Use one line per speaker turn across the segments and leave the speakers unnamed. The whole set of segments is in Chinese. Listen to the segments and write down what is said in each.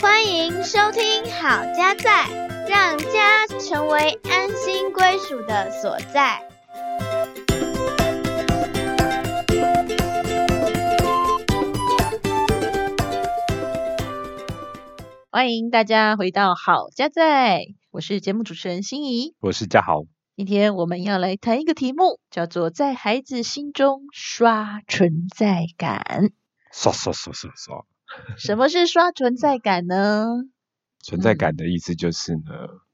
欢迎收听好家在，让家成为安心归属的所在。
欢迎大家回到好家在，我是节目主持人心怡。
我是嘉豪。
今天我们要来谈一个题目，叫做在孩子心中刷存在 感。
刷刷刷刷刷，
什么是刷存在感 呢？
存在
嗯
感的意思就是呢，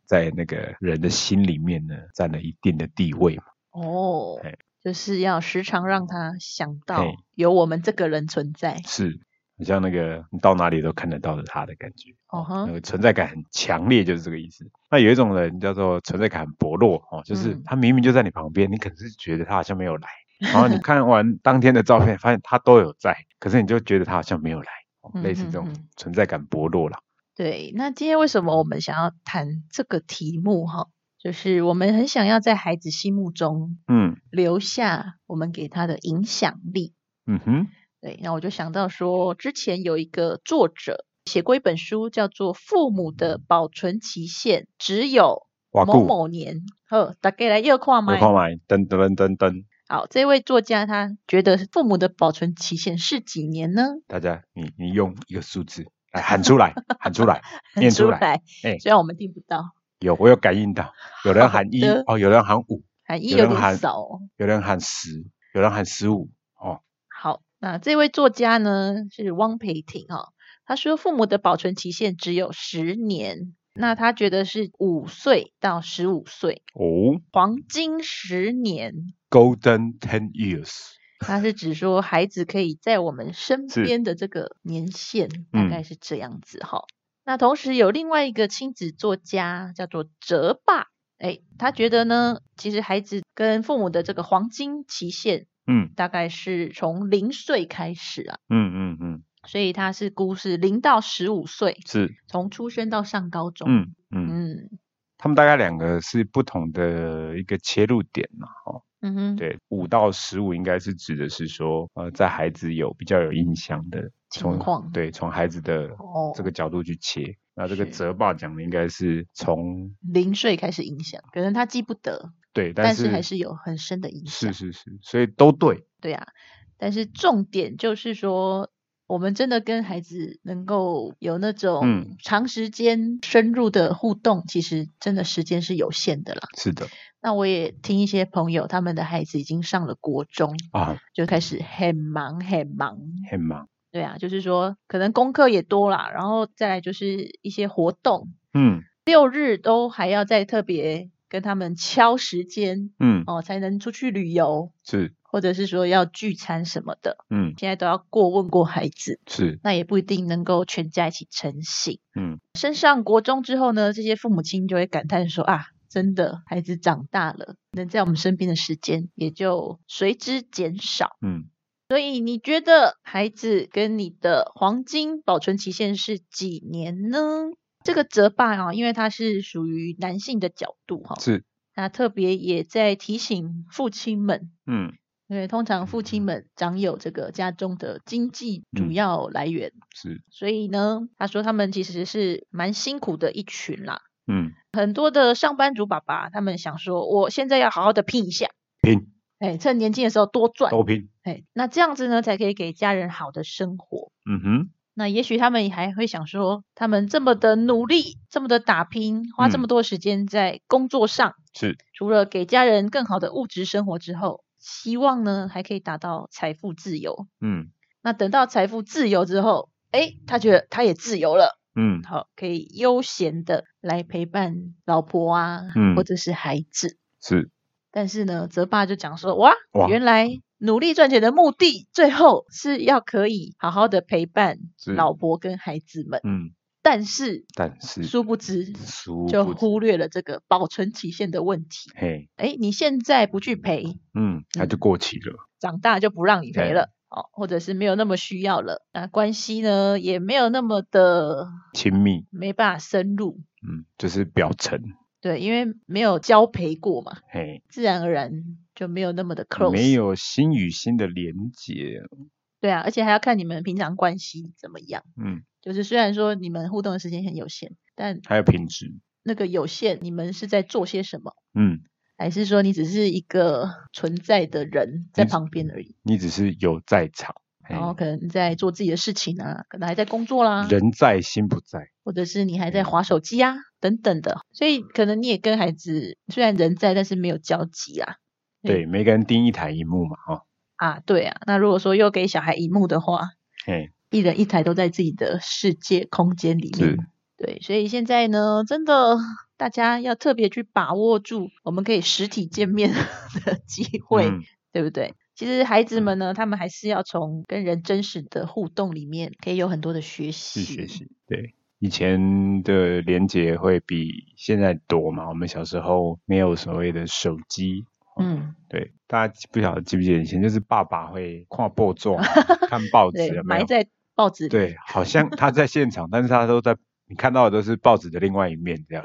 在那个人的心里面呢，占了一定的地位嘛。
哦
嘿，
就是要时常让他想到
嘿
有我们这个人存在。
是，很像那个你到哪里都看得到的他的感觉。
哦
那
哼，
个存在感很强烈，就是这个意思。那有一种人叫做存在感很薄弱哦，就是
嗯
他明明就在你旁边，你可能是觉得他好像没有来，然后你看完当天的照片，发现他都有在，可是你就觉得他好像没有来，哦
嗯
类似这
嗯
种
嗯
存在感薄弱啦。
对。那今天为什么我们想要谈这个题目？哈，就是我们很想要在孩子心目中
嗯
留下我们给他的影响力。
嗯哼，
对，那我就想到说，之前有一个作者写过一本书，叫做《父母的保存期限只有
哇
某
固，
某年》。呵，大概来又看
没
吗？
空买，噔噔噔噔噔，
好，这位作家他觉得父母的保存期限是几年呢？
大家你你用一个数字来喊出来， 喊出来，念出来。
来，
哎
虽然我们听不到，
有我有感应到，有人喊一
好的
哦，有人喊五，
含义
有
有
人
点
喊
少、哦。
有人喊十，有人喊十五哦，
好，那这位作家呢是汪培婷哈、他说父母的保存期限只有十年，那他觉得是五岁到十五岁。
哦
黄金十年，
，Golden Ten Years。
它是指说孩子可以在我们身
是
边的这个年限，大
嗯
概是这样子哈。那同时有另外一个亲子作家叫做哲爸，哎，他觉得呢，其实孩子跟父母的这个黄金期限
嗯
大概是从零岁开始啊，
嗯嗯嗯，
所以他是估是零到十五岁，
是，
从出生到上高中。
嗯嗯，
嗯
他们大概两个是不同的一个切入点呐、哦，
嗯哼，
对，五到十五应该是指的是说，呃，在孩子有比较有印象的
情
从
况
对，从孩子的
哦
这个角度去切。那这个
是
泽爸讲的应该是从
零岁开始影响，可能他记不得，
对，
但
是
还是有很深的影响
是。是是，所以都对，
对啊，但是重点就是说，我们真的跟孩子能够有那种
嗯
长时间深入的互动，其实真的时间是有限的啦。
是的
那我也听一些朋友，他们的孩子已经上了国中，
啊，
就开始很忙很忙。
很忙，
对啊，就是说可能功课也多啦，然后再来就是一些活动，
嗯
六日都还要再特别跟他们敲时间
嗯，
哦，才能出去旅游，
是，
或者是说要聚餐什么的。
嗯
现在都要过问过孩子，
是，
那也不一定能够全家一起成型。
嗯，
升上国中之后呢，这些父母亲就会感叹说啊，真的孩子长大了，能在我们身边的时间也就随之减少。
嗯，
所以你觉得孩子跟你的黄金保存期限是几年呢？这个泽爸啊，因为他是属于男性的角度哈、
是，
那特别也在提醒父亲们
嗯
因为通常父亲们掌有这个家中的经济主
嗯
要来源，
是，
所以呢，他说他们其实是蛮辛苦的一群啦。
嗯
很多的上班族爸爸，他们想说，我现在要好好的拼一下，
拼
哎，趁年轻的时候多赚，
都拼，
哎，那这样子呢，才可以给家人好的生活。
嗯哼，
那也许他们也还会想说，他们这么的努力，这么的打拼，花这
嗯
么多时间在工作上，
是，
除了给家人更好的物质生活之后，希望呢还可以达到财富自由。
嗯
那等到财富自由之后，哎，他觉得他也自由了，
嗯
好，可以悠闲的来陪伴老婆啊，
嗯
或者是孩子。
是，
但是呢，泽爸就讲说，哇，
哇
原来努力赚钱的目的，最后是要可以好好的陪伴
是
老婆跟孩子们。
嗯，
但是，
但是
殊不知
殊
就
不知
忽略了这个保存期限的问题。
嘿，
哎，你现在不去陪，
嗯，它就过期了，
长大就不让你陪
对
了。哦，或者是没有那么需要了，那关系呢也没有那么的
亲密，
没办法深入，
嗯，就是表层，
对，因为没有交陪过嘛，
嘿，
自然而然就没有那么的 close，
没有心与心的连接，
对啊，而且还要看你们平常关系怎么样。
嗯，
就是虽然说你们互动的时间很有限，但
还有品质，
那个有限，你们是在做些什么，
嗯，
还是说你只是一个存在的人在
你哎
旁边而已？
你只是有在场，嘿
然后可能在做自己的事情啊，可能还在工作啦，
人在心不在，
或者是你还
嗯
在划手机啊等等的，所以可能你也跟孩子虽然人在，但是没有交集啊。嗯
对，每个人盯一台荧幕嘛，哈、哦，
啊，对啊，那如果说又给小孩荧幕的话，
嘿，
一人一台都在自己的世界空间里
是
面。对，所以现在呢，真的大家要特别去把握住我们可以实体见面 的机会，
嗯
对不对？其实孩子们呢，他们还是要从跟人真实的互动里面，可以有很多的学
去
习。
学习。对，以前的连接会比现在多嘛？我们小时候没有所谓的手机。
嗯，
对，大家记不晓得记不记得以前就是爸爸会看报纸 啊、看报纸
对，
有没
埋
有？
在报纸里。
对，好像他在现场，但是他都在你看到的都是报纸的另外一面这样。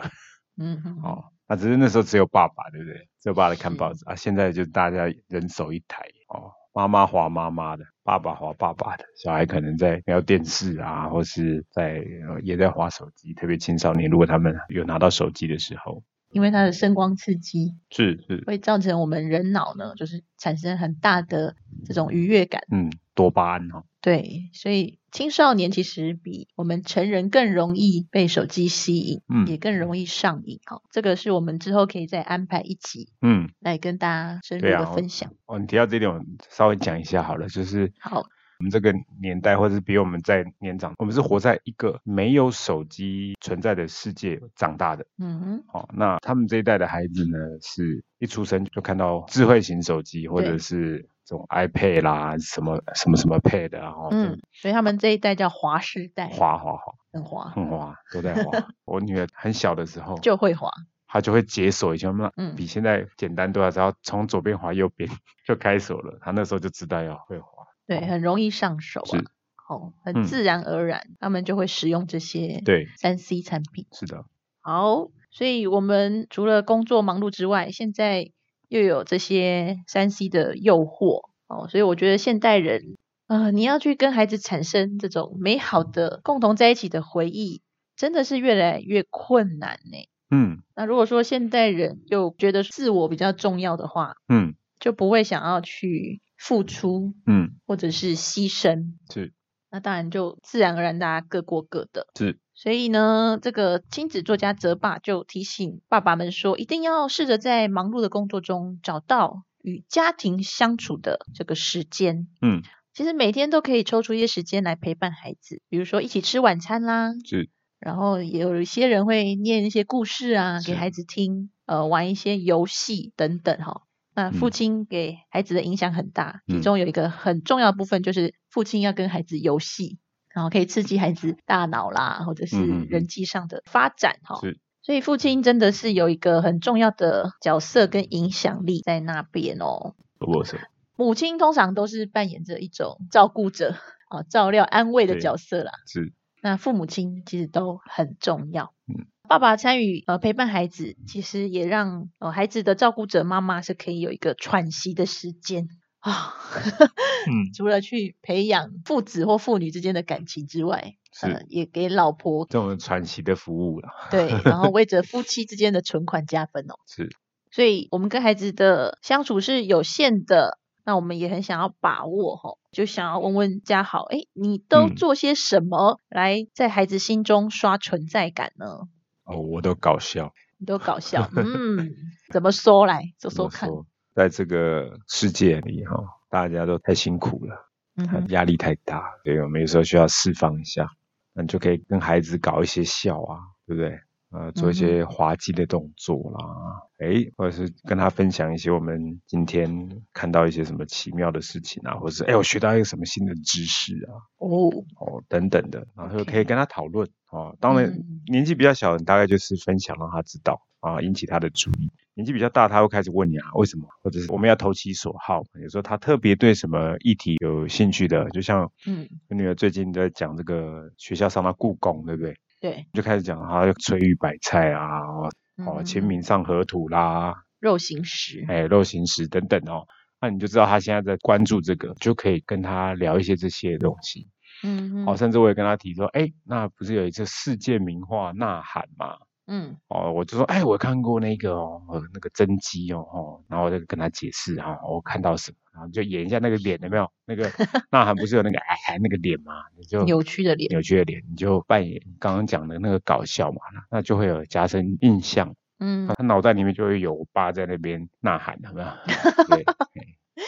嗯，嗯，嗯
哦，那只是那时候只有爸爸，对不对？只有爸爸在看
是
报纸啊，现在就大家人手一台哦，妈妈划妈妈的，爸爸划爸爸的，小孩可能在聊电视啊，或是在、呃也在划手机，特别青少年，如果他们有拿到手机的时候，
因为它的声光刺激
是是，
会造成我们人脑呢，就是产生很大的这种愉悦感。
嗯，多巴胺哦，
对，所以青少年其实比我们成人更容易被手机吸引，
嗯
也更容易上瘾。好，这个是我们之后可以再安排一集
嗯，
来跟大家深入
对啊
的分享。
哦，你提到这点，我稍微讲一下好了，就是
好，
我们这个年代，或者是比我们在年长，我们是活在一个没有手机存在的世界长大的。
嗯
哦，那他们这一代的孩子呢，是一出生就看到智慧型手机或者
对
是这种 iPad 啦，什么什么什么 Pad 啊，哦，
嗯，所以他们这一代叫华世代，
滑滑滑，
很滑，
很滑，都在滑。 我女儿很小的时候，
就会滑。
她就会解锁，以前那
嗯
嗯比现在简单多了，只要从左边滑右边 就开锁了。她那时候就知道要会滑，
对，很容易上手啊
是。
哦，
嗯
很自然而然，他们就会使用这些
对，
三 C 产品。
是的，
好，所以我们除了工作忙碌之外，现在又有这些三 C 的诱惑哦，所以我觉得现代人，呃，你要去跟孩子产生这种美好的共同在一起的回忆，真的是越来越困难呢。
嗯
那如果说现代人又觉得自我比较重要的话，
嗯
就不会想要去付出
嗯，
或者是牺牲，
是
那当然就自然而然大家各过各的。
是，
所以呢，这个亲子作家泽爸就提醒爸爸们说，一定要试着在忙碌的工作中找到与家庭相处的这个时间。
嗯
其实每天都可以抽出一些时间来陪伴孩子，比如说一起吃晚餐啦，
是，
然后也有一些人会念一些故事啊
是
给孩子听，呃，玩一些游戏等等哈、那父
嗯
亲给孩子的影响很大，
嗯
其中有一个很重要的部分就是父亲要跟孩子游戏，然后可以刺激孩子大脑啦，或者是
嗯嗯嗯
人际上的发展哈、
是
所以父亲真的是有一个很重要的角色跟影响力在那边哦。
我是
母亲通常都是扮演着一种照顾者啊、照料、安慰的
对
角色啦。
是，
那父母亲其实都很重要。
嗯
爸爸参与呃陪伴孩子，其实也让呃孩子的照顾者妈妈是可以有一个喘息的时间啊。
嗯
除了去培养父子或父女之间的感情之外，呃
是，
也给老婆
这种喘息的服务啦，
对，然后为着夫妻之间的存款加分哦。
是
所以我们跟孩子的相处是有限的，那我们也很想要把握吼、就想要问问嘉豪，哎，你都
嗯
做些什么来在孩子心中刷存在感呢？
哦，我都搞笑。
你都搞笑， 嗯，怎么说来说
怎
说
么
看？
说在这个世界里哈、大家都太辛苦了，
嗯哼，
压力太大，所以我们有时候需要释放一下，那你就可以跟孩子搞一些笑啊，对不对？呃，
嗯
做一些滑稽的动作啦，诶，或者是跟他分享一些我们今天看到一些什么奇妙的事情啊，或者是诶，我学到一个什么新的知识啊，
哦，
哦等等的，然后
OK
可以跟他讨论哦。当然
嗯，
年纪比较小，你大概就是分享让他知道啊，引起他的注意。年纪比较大，他会开始问你啊，为什么，或者是我们要投其所好。有时候他特别对什么议题有兴趣的，就像
嗯，
我女儿最近在讲这个学校上到故宫，对不对？
对，
就开始讲她要翠玉白菜啊，
嗯
哦，
哼
清，明上河图啦，
肉形石，
哎，肉形石等等哦。那你就知道他现在在关注这个，就可以跟他聊一些这些东西。
嗯
哦，，甚至我也跟他提说，哎，那不是有一次世界名画《呐喊》吗？
嗯
哦，我就说，哎，我看过那个哦，呃那个真姬哦，哦，然后我就跟他解释哈、哦我看到什么，然后就演一下那个脸，有没有？那个呐喊不是有那个哎哎那个脸嘛，你就
嗯，扭曲的脸，
扭曲的脸，你就扮演刚刚讲的那个搞笑嘛，那那就会有加深印象，
嗯，
他脑袋里面就会有我爸在那边呐喊，有没有？对，哎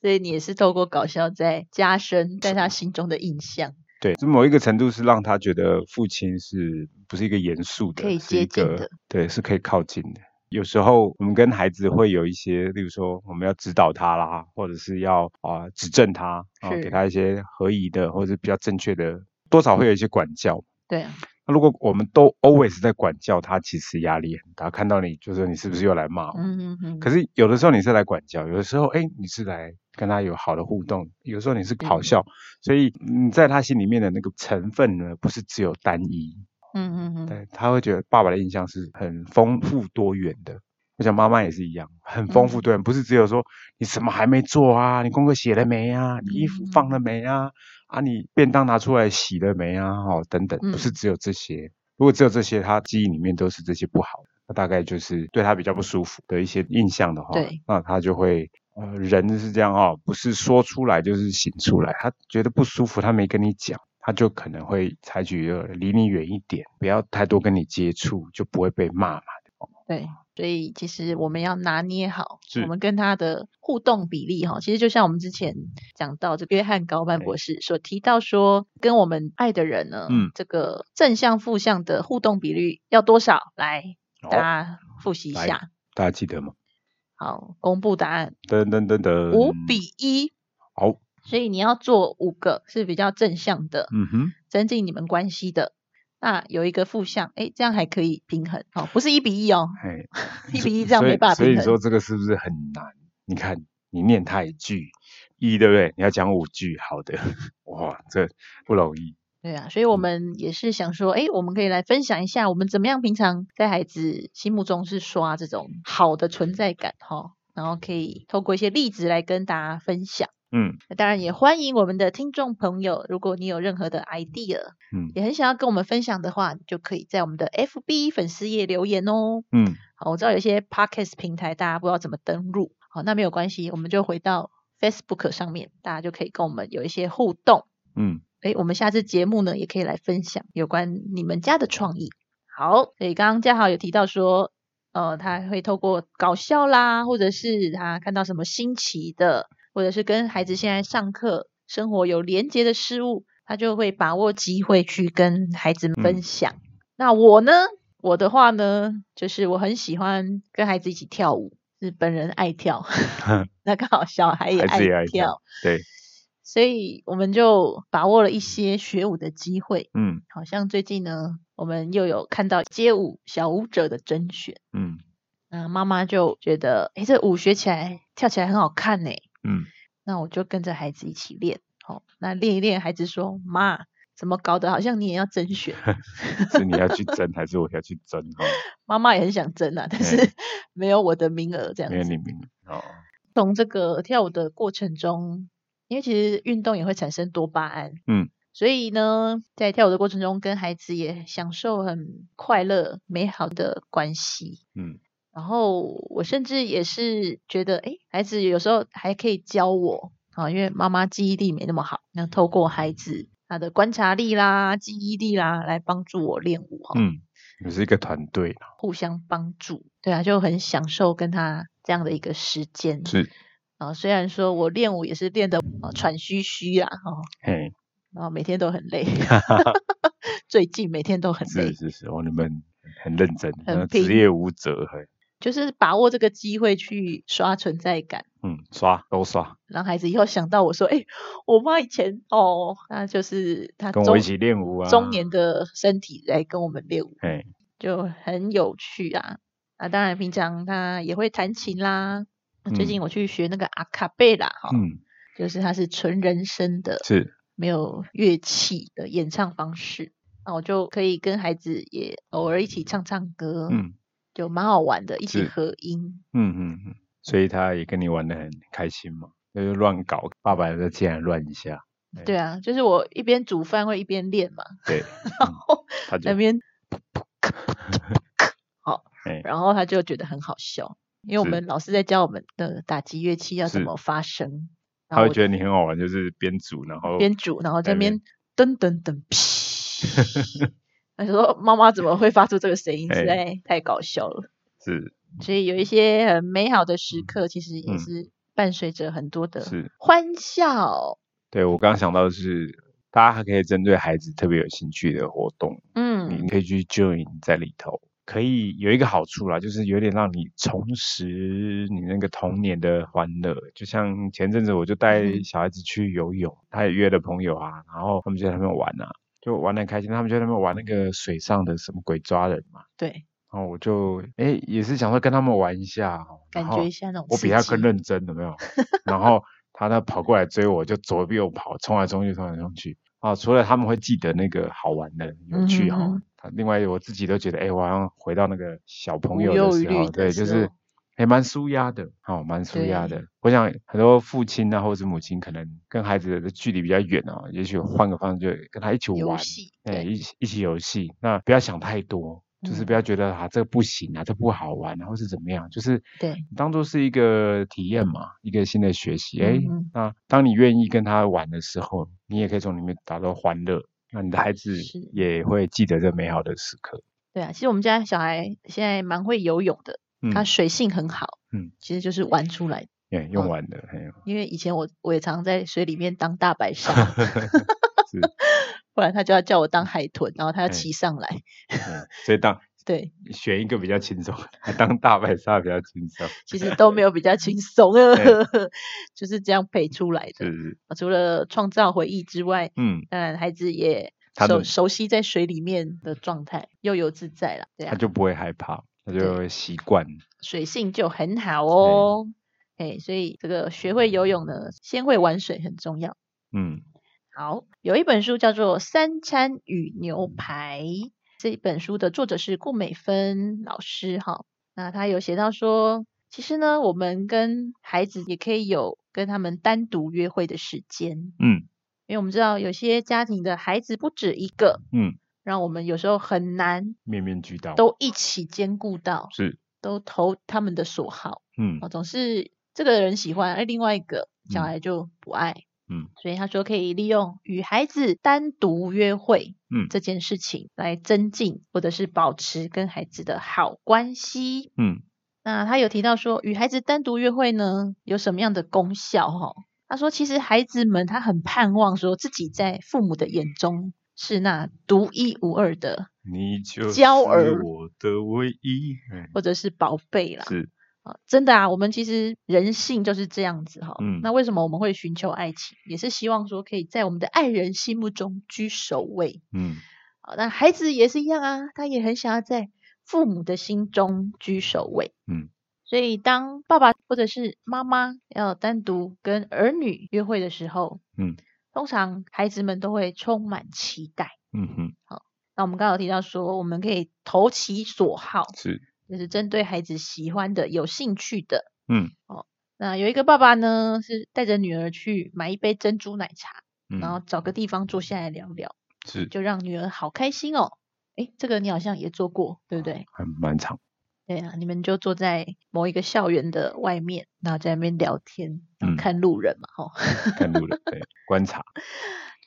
所以你也是透过搞笑在加深在他心中的印象，
对，这某一个程度是让他觉得父亲是不是一个严肃的，
可以
是一
接近
个
的
对，是可以靠近的。有时候我们跟孩子会有一些，例如说我们要指导他啦，或者是要啊、指正他，啊、
是
给他一些合宜的或者是比较正确的，多少会有一些管教。
对啊，
那如果我们都 always 在管教他，其实压力很大。看到你就说你是不是又来骂我？
嗯嗯嗯，
可是有的时候你是来管教，有的时候哎你是来跟他有好的互动，有时候你是好笑，所以你在他心里面的那个成分呢，不是只有单一，
嗯嗯嗯，
对，他会觉得爸爸的印象是很丰富多元的。我想妈妈也是一样，很丰富多元，不是只有说你什么还没做啊，你功课写了没啊，你衣服放了没啊，啊你便当拿出来洗了没啊，哦等等，不是只有这些。如果只有这些，他记忆里面都是这些不好的，那大概就是对他比较不舒服的一些印象的话
对，
那他就会。呃，人是这样哦，不是说出来就是行出来。他觉得不舒服，他没跟你讲，他就可能会采取呃离你远一点，不要太多跟你接触，就不会被骂嘛。
对。所以其实我们要拿捏好
是
我们跟他的互动比例哈，其实就像我们之前讲到这个约翰高曼
哎
博士所提到说，跟我们爱的人呢，
嗯
这个正向负向的互动比率要多少？来，
哦
大家复习一
来
下。
大家记得吗？
好，公布答案，
噔噔噔噔，
五比一。
好，
所以你要做五个是比较正向的，
嗯哼，
增进你们关系的。那有一个负向，哎，这样还可以平衡哦，不是一比一哦，
哎，
一比一这样没办法
所以所以
平
你说
衡。
这个是不是很难？你看，你念他一句一，对不对？你要讲五句，好的， 哇，这不容易。
对啊，所以我们也是想说，哎，我们可以来分享一下，我们怎么样平常在孩子心目中是刷这种好的存在感哈、哦，然后可以透过一些例子来跟大家分享。
嗯，
那当然也欢迎我们的听众朋友，如果你有任何的 idea，
嗯
也很想要跟我们分享的话，你就可以在我们的 FB 粉丝页留言哦。
嗯，
好，我知道有些 podcast 平台大家不知道怎么登录，好，那没有关系，我们就回到 Facebook 上面，大家就可以跟我们有一些互动。
嗯，
哎诶，我们下次节目呢也可以来分享有关你们家的创意。好，所以刚刚嘉豪有提到说，呃，他会透过搞笑啦，或者是他看到什么新奇的，或者是跟孩子现在上课生活有连结的事物，他就会把握机会去跟孩子们分享。那我呢，我的话呢，就是我很喜欢跟孩子一起跳舞，是本人爱 跳，那刚好小孩也
孩子也爱
跳
跳，对，
所以我们就把握了一些学舞的机会。
嗯
好像最近呢，我们又有看到街舞小舞者的甄选，
嗯
那妈妈就觉得，诶，这舞学起来跳起来很好看呢，
嗯，
那我就跟着孩子一起练。好、那练一练，孩子说：“妈，怎么搞的？好像你也要甄选。
是你要去争还是我要去争？ 哈，”
妈妈也很想争啊，但
哎
是 没有我的名额这样
没有
子
你。明哦，
从这个跳舞的过程中，因为其实运动也会产生多巴胺，
嗯，
所以呢，在跳舞的过程中，跟孩子也享受很快乐、美好的关系。
嗯
然后我甚至也是觉得，诶，孩子有时候还可以教我啊，因为妈妈记忆力没那么好，那透过孩子他的观察力啦、记忆力啦，来帮助我练舞哈，
嗯，你是一个团队，
互相帮助，对啊，就很享受跟他这样的一个时间。
是，
啊，虽然说我练舞也是练得呃喘吁吁啊，哦，
嘿，
然后每天都很 累，最近每天都很
是
累，
是是，哦，你们很认真，
很
呃职
拼
业舞者，嘿，
就是把握这个机会去刷存在感，
嗯，刷都刷，
让孩子以后想到我说，哎、我妈以前哦，那就是她
跟我
中
一起练舞啊，
中年的身体来跟我们练舞，
嘿，
就很有趣啊。那当然，平常她也会弹琴啦。那最近我去学那个阿卡贝拉哈，
嗯，
就是它是纯人声的
是，
没有乐器的演唱方式，那我就可以跟孩子也偶尔一起唱唱歌，
嗯，
就蛮好玩的，一起
是
合音。
嗯嗯嗯，所以他也跟你玩的很开心嘛，就是乱搞，爸爸就进来乱一下，对
对啊，就是我一边煮饭会一边练嘛，
对，嗯
然后
他就
那边好
哎，
然后他就觉得很好笑，因为我
是
们老师在教我们的打击乐器要怎
是
么发声，然
他
后
会觉得你很好玩，就是边煮然后
边煮，然后在那
那
边噔噔噔 噼。他说：“妈妈怎么会发出这个声音？实
哎
在太搞笑了。
是
所以有一些很美好的时刻，其实也
嗯
是伴随着很多的
是，
欢笑。嗯
对我刚刚想到的是，大家还可以针对孩子特别有兴趣的活动，
嗯，
你可以去 join 在里头，可以有一个好处啦，就是有点让你重拾你那个童年的欢乐。就像前阵子我就带
嗯
小孩子去游泳，他也约了朋友啊，然后他们就在那边玩啊，就玩的很开心，他们就在那边玩那个水上的什么鬼抓人嘛。
对，
然后我就哎、也是想说跟他们玩一下哦，然
感
后
觉一下那种
我
刺
比他更
激
认真，有 没有？然后他呢跑过来追我，就左右跑，冲来冲去，冲来冲去。啊，除了他们会记得那个好玩的、有趣哈、
嗯哼
他另外我自己都觉得，哎、我好像回到那个小朋
无
友
忧
的
无
时
虑
候，
的
对，就
时
是
候
还蛮舒压的，好、哦，蛮舒压
对
的。我想很多父亲啊，或者是母亲，可能跟孩子的距离比较远啊，也许换个方式，就跟他一起
游
玩，
戏，对，
哎，
嗯
一起一起游戏，那不要想太多，就是不要觉得啊这个不行啊，这不好玩啊，或是怎么样，就是
对
当做是一个体验嘛，一个新的学习。哎、
嗯哼
那当你愿意跟他玩的时候，你也可以从里面达到欢乐，那你的孩子
是
也会记得这美好的时刻。
对啊。其实我们家小孩现在蛮会游泳的，
嗯，
他水性很好，
嗯，
其实就是玩出来的。
哎
哦
用完的，哎、
因为以前我我也常在水里面当大白鲨，
是，
不然他就要叫我当海豚，然后他要
哎
骑上来。
嗯 所以当
对，
选一个比较轻松，当大白鲨比较轻松，
其实都没有比较轻松， 就是这样培出来的。
哎是，
除了创造回忆之外，
嗯，
当然孩子也
他
熟
的
熟悉在水里面的状态，悠游自在啦。对
他
啊，
就不会害怕，他
对
就习惯。
水性就很好哦。哎，所以这个学会游泳呢，先会玩水很重要。
嗯，
好，有一本书叫做《三餐与牛排》，这本书的作者是顾美芬老师哈。那他有写到说，其实呢，我们跟孩子也可以有跟他们单独约会的时间，
嗯
因为我们知道有些家庭的孩子不止一个，
嗯，
让我们有时候很难
面面俱到，
都一起兼顾到，
是，
都投他们的所好。
嗯
哦，总是这个人喜欢，而哎另外一个小
嗯
孩就不爱，
嗯，
所以他说可以利用与孩子单独约会，
嗯
这件事情来增进或者是保持跟孩子的好关系。
嗯
那他有提到说，与孩子单独约会呢，有什么样的功效、哦？哈，他说其实孩子们他很盼望说自己在父母的眼中是那独一无二的，
你就
娇
是
儿
我的唯 一，嗯
或者是宝贝啦。
是，
啊，真的啊，我们其实人性就是这样子哈。
嗯
那为什么我们会寻求爱情，也是希望说可以在我们的爱人心目中居首位。
嗯
好，那孩子也是一样啊，他也很想要在父母的心中居首位。
嗯，
所以当爸爸或者是妈妈要单独跟儿女约会的时候，
嗯，
通常孩子们都会充满期待。
嗯哼，
那我们刚刚有提到说，我们可以投其所好，
是，
就是针对孩子喜欢的、有兴趣的，哦
嗯
那有一个爸爸呢，是带着女儿去买一杯珍珠奶茶，
嗯，
然后找个地方坐下来聊聊，
是
就让女儿好开心哦。诶，这个你好像也做过，对不对？
还蛮长，
对啊，你们就坐在某一个校园的外面，然后在那边聊天，然后
嗯
看路人嘛，哦吼、
看路人，对，观察，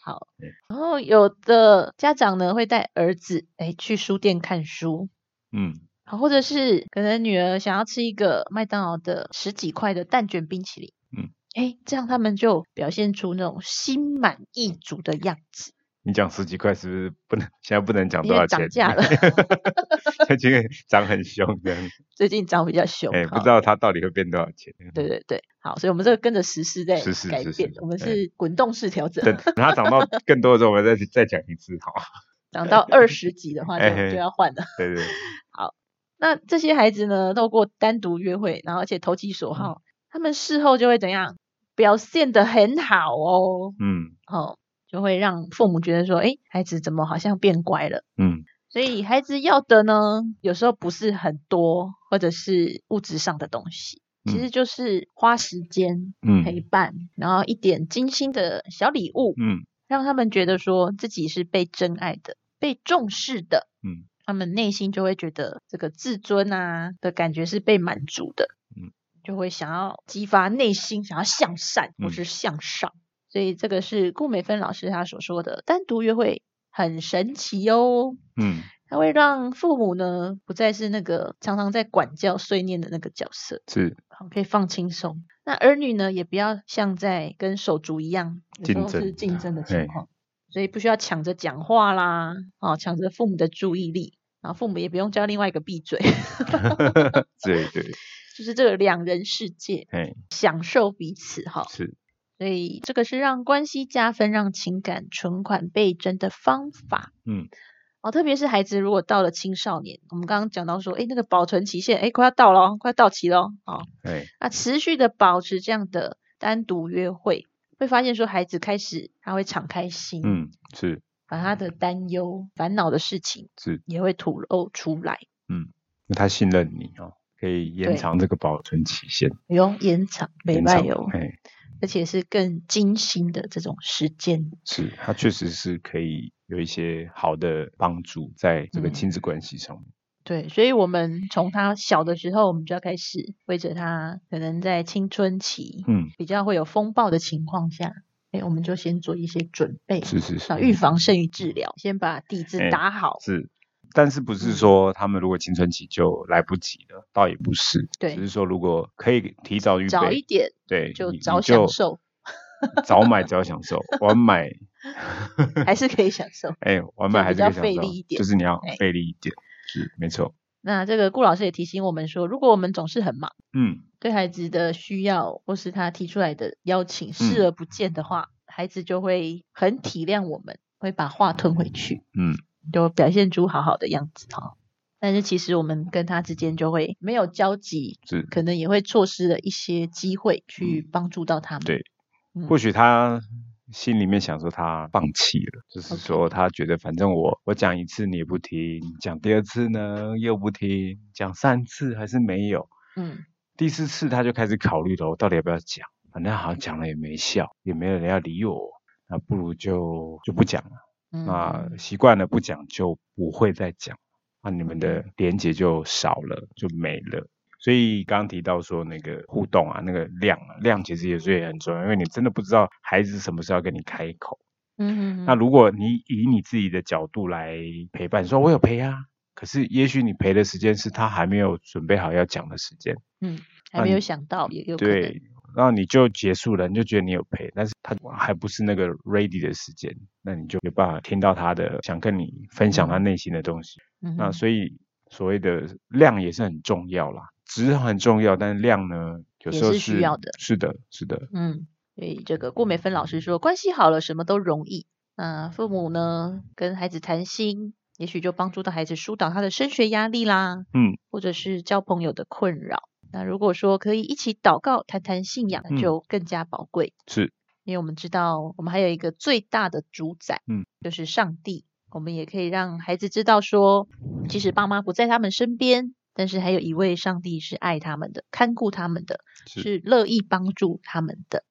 好
对。
然后有的家长呢会带儿子诶去书店看书，
嗯
好，啊或者是可能女儿想要吃一个麦当劳的十几块的蛋卷冰淇淋，
嗯，
哎，这样他们就表现出那种心满意足的样子。
你讲十几块是不是不能？现在不能讲
因
多
为
少
涨
钱？
价了
现在涨很凶的，
最近涨比较凶，
哎，不
好
知道它到底会变多少钱。
对对对，好，所以我们这个跟着时事在
是是
改
是是
变，我们
对
是滚动式调整，
等等它涨到更多的时候，我们再再讲一次，好吧？
涨到二十级的话就
哎
就要换了。
对对，
那这些孩子呢，透过单独约会，然后而且投其所好，他们事后就会怎样？表现得很好哦，
嗯
哦，就会让父母觉得说，哎，孩子怎么好像变乖了。
嗯
所以孩子要的呢，有时候不是很多，或者是物质上的东西，其
嗯
实就是花时间、
嗯
陪伴，然后一点精心的小礼物，
嗯
让他们觉得说自己是被真爱的、被重视的，
嗯，
他们内心就会觉得这个自尊啊的感觉是被满足的，
嗯，
就会想要激发内心想要向善或
嗯
是向上，所以这个是顾美芬老师她所说的单独约会很神奇哦。
嗯
它会让父母呢不再是那个常常在管教碎念的那个角色，
是
好可以放轻松。那儿女呢也不要像在跟手足一样，有时
竞
候是
争
竞争的
嘿
情况，所以不需要抢着讲话啦，哦，抢着父母的注意力，然后父母也不用叫另外一个闭嘴，
对对，
就是这个两人世界，
哎，
享受彼此哈。
是
所以这个是让关系加分、让情感存款倍增的方法。
嗯
哦，特别是孩子如果到了青少年，我们刚刚讲到说，诶，那个保存期限，诶，快要到了哦，快要到期了哦。好、
哎，
那持续的保持这样的单独约会，会发现说孩子开始他会敞开心，，
嗯是
把他的担忧、烦恼的事情
是，
也会吐露出来，
那他信任你哦，可以延
对
长这个保存期限，
不用延长，没
延长
办哦，
哎，
而且是更精心的这种时间。
是，它确实是可以有一些好的帮助在这个
嗯
亲子关系上面。
对，所以我们从他小的时候，我们就要开始为着他可能在青春期，
嗯，
比较会有风暴的情况下，哎，我们就先做一些准备，
是是是
啊，，预防胜于治疗，先把底子
哎
打好。
是。但是不是
嗯
说他们如果青春期就来不及了？倒也不是，
对
只是说如果可以提早预
早一
备，
点
对，
就
你
早
你就
享受，
早买早享受，晚买，
还是可以享受。
哎，晚买
就
还
比
是可
较费
以享受
力一，点
就是你要
哎
费力一点，是没错，
那这个顾老师也提醒我们说，如果我们总是很忙，
嗯，
对孩子的需要或是他提出来的邀请视
嗯
而不见的话，孩子就会很体谅我们，会把话吞回去，
嗯，
就表现出好好的样子哈、但是其实我们跟他之间就会没有交集，
是。
可能也会错失了一些机会去帮助到他们。
嗯对
嗯
或许他心里面想说他放弃了，就是
OK
说他觉得反正我我讲一次你也不听，讲第二次呢又不听，讲三次还是没有，
嗯，
第四次他就开始考虑了，我到底要不要讲？反正好像讲了也没效，也没有人要理我，那不如就就不讲了。
嗯
那
嗯
习惯了不讲就不会再讲，那你们
嗯
的连接就少了，就没了。所以刚刚提到说那个互动啊，那个量啊，量其实也是也很重要，因为你真的不知道孩子什么时候要跟你开口。
嗯嗯
那如果你以你自己的角度来陪伴，说我有陪啊，可是也许你陪的时间是他还没有准备好要讲的时间，
还
那
没有
你
想到，也有可能。
对，那你就结束了，你就觉得你有陪，但是他还不是那个 ready 的时间，那你就没办法听到他的想跟你分享他内心的东西。
嗯
那
哼
所以所谓的量也是很重要啦，值很重要，但是量呢，有
也
时候
是需要的
是的，是的，
嗯，所以这个顾美芬老师说，关系好了，什么都容易。那父母呢，跟孩子谈心，也许就帮助到孩子疏导他的升学压力啦，
嗯，
或者是交朋友的困扰。那如果说可以一起祷告、谈谈信仰，
嗯
就更加宝贵，
是
因为我们知道，我们还有一个最大的主宰，
嗯，
就是上帝。我们也可以让孩子知道说，即使爸妈不在他们身边，但是还有一位上帝是爱他们的、看顾他们的，
是
是乐意帮助他们的。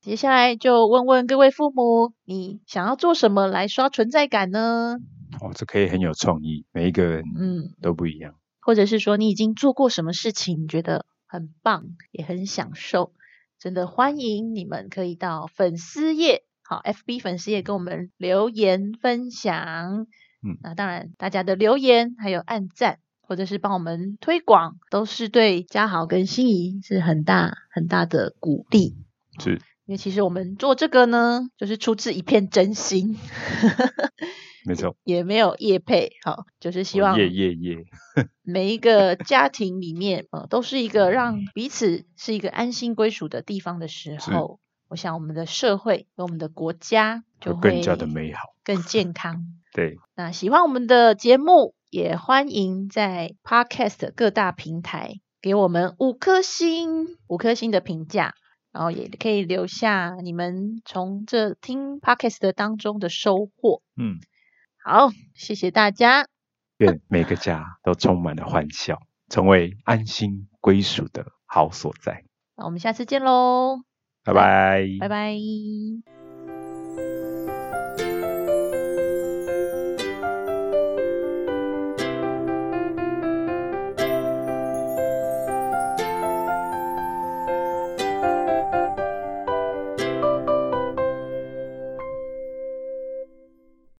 接下来就问问各位父母，你想要做什么来刷存在感呢？
哦，这可以很有创意，每一个人
嗯，
都不一样，
或者是说你已经做过什么事情，你觉得很棒，也很享受，真的欢迎你们可以到粉丝页，好，FB 粉丝页跟我们留言分享。
嗯
那当然大家的留言还有按赞。或者是帮我们推广，都是对嘉豪跟心仪是很大很大的鼓励。
是
因为其实我们做这个呢，就是出自一片真心，
没错，
也没有业配，好，就是希望
耶耶耶，
每一个家庭里面，呃，都是一个让彼此是一个安心归属的地方的时
是
候，我想我们的社会和我们的国家就
就
会
更加的美好，
更健康。
对，
那喜欢我们的节目，也欢迎在 Podcast 各大平台给我们五颗星、五颗星的评价，然后也可以留下你们从这听 Podcast 当中的收获。
嗯，
好，谢谢大家，
愿每个家都充满了欢笑，成为安心归属的好所在。
那我们下次见喽，
拜拜，
拜拜。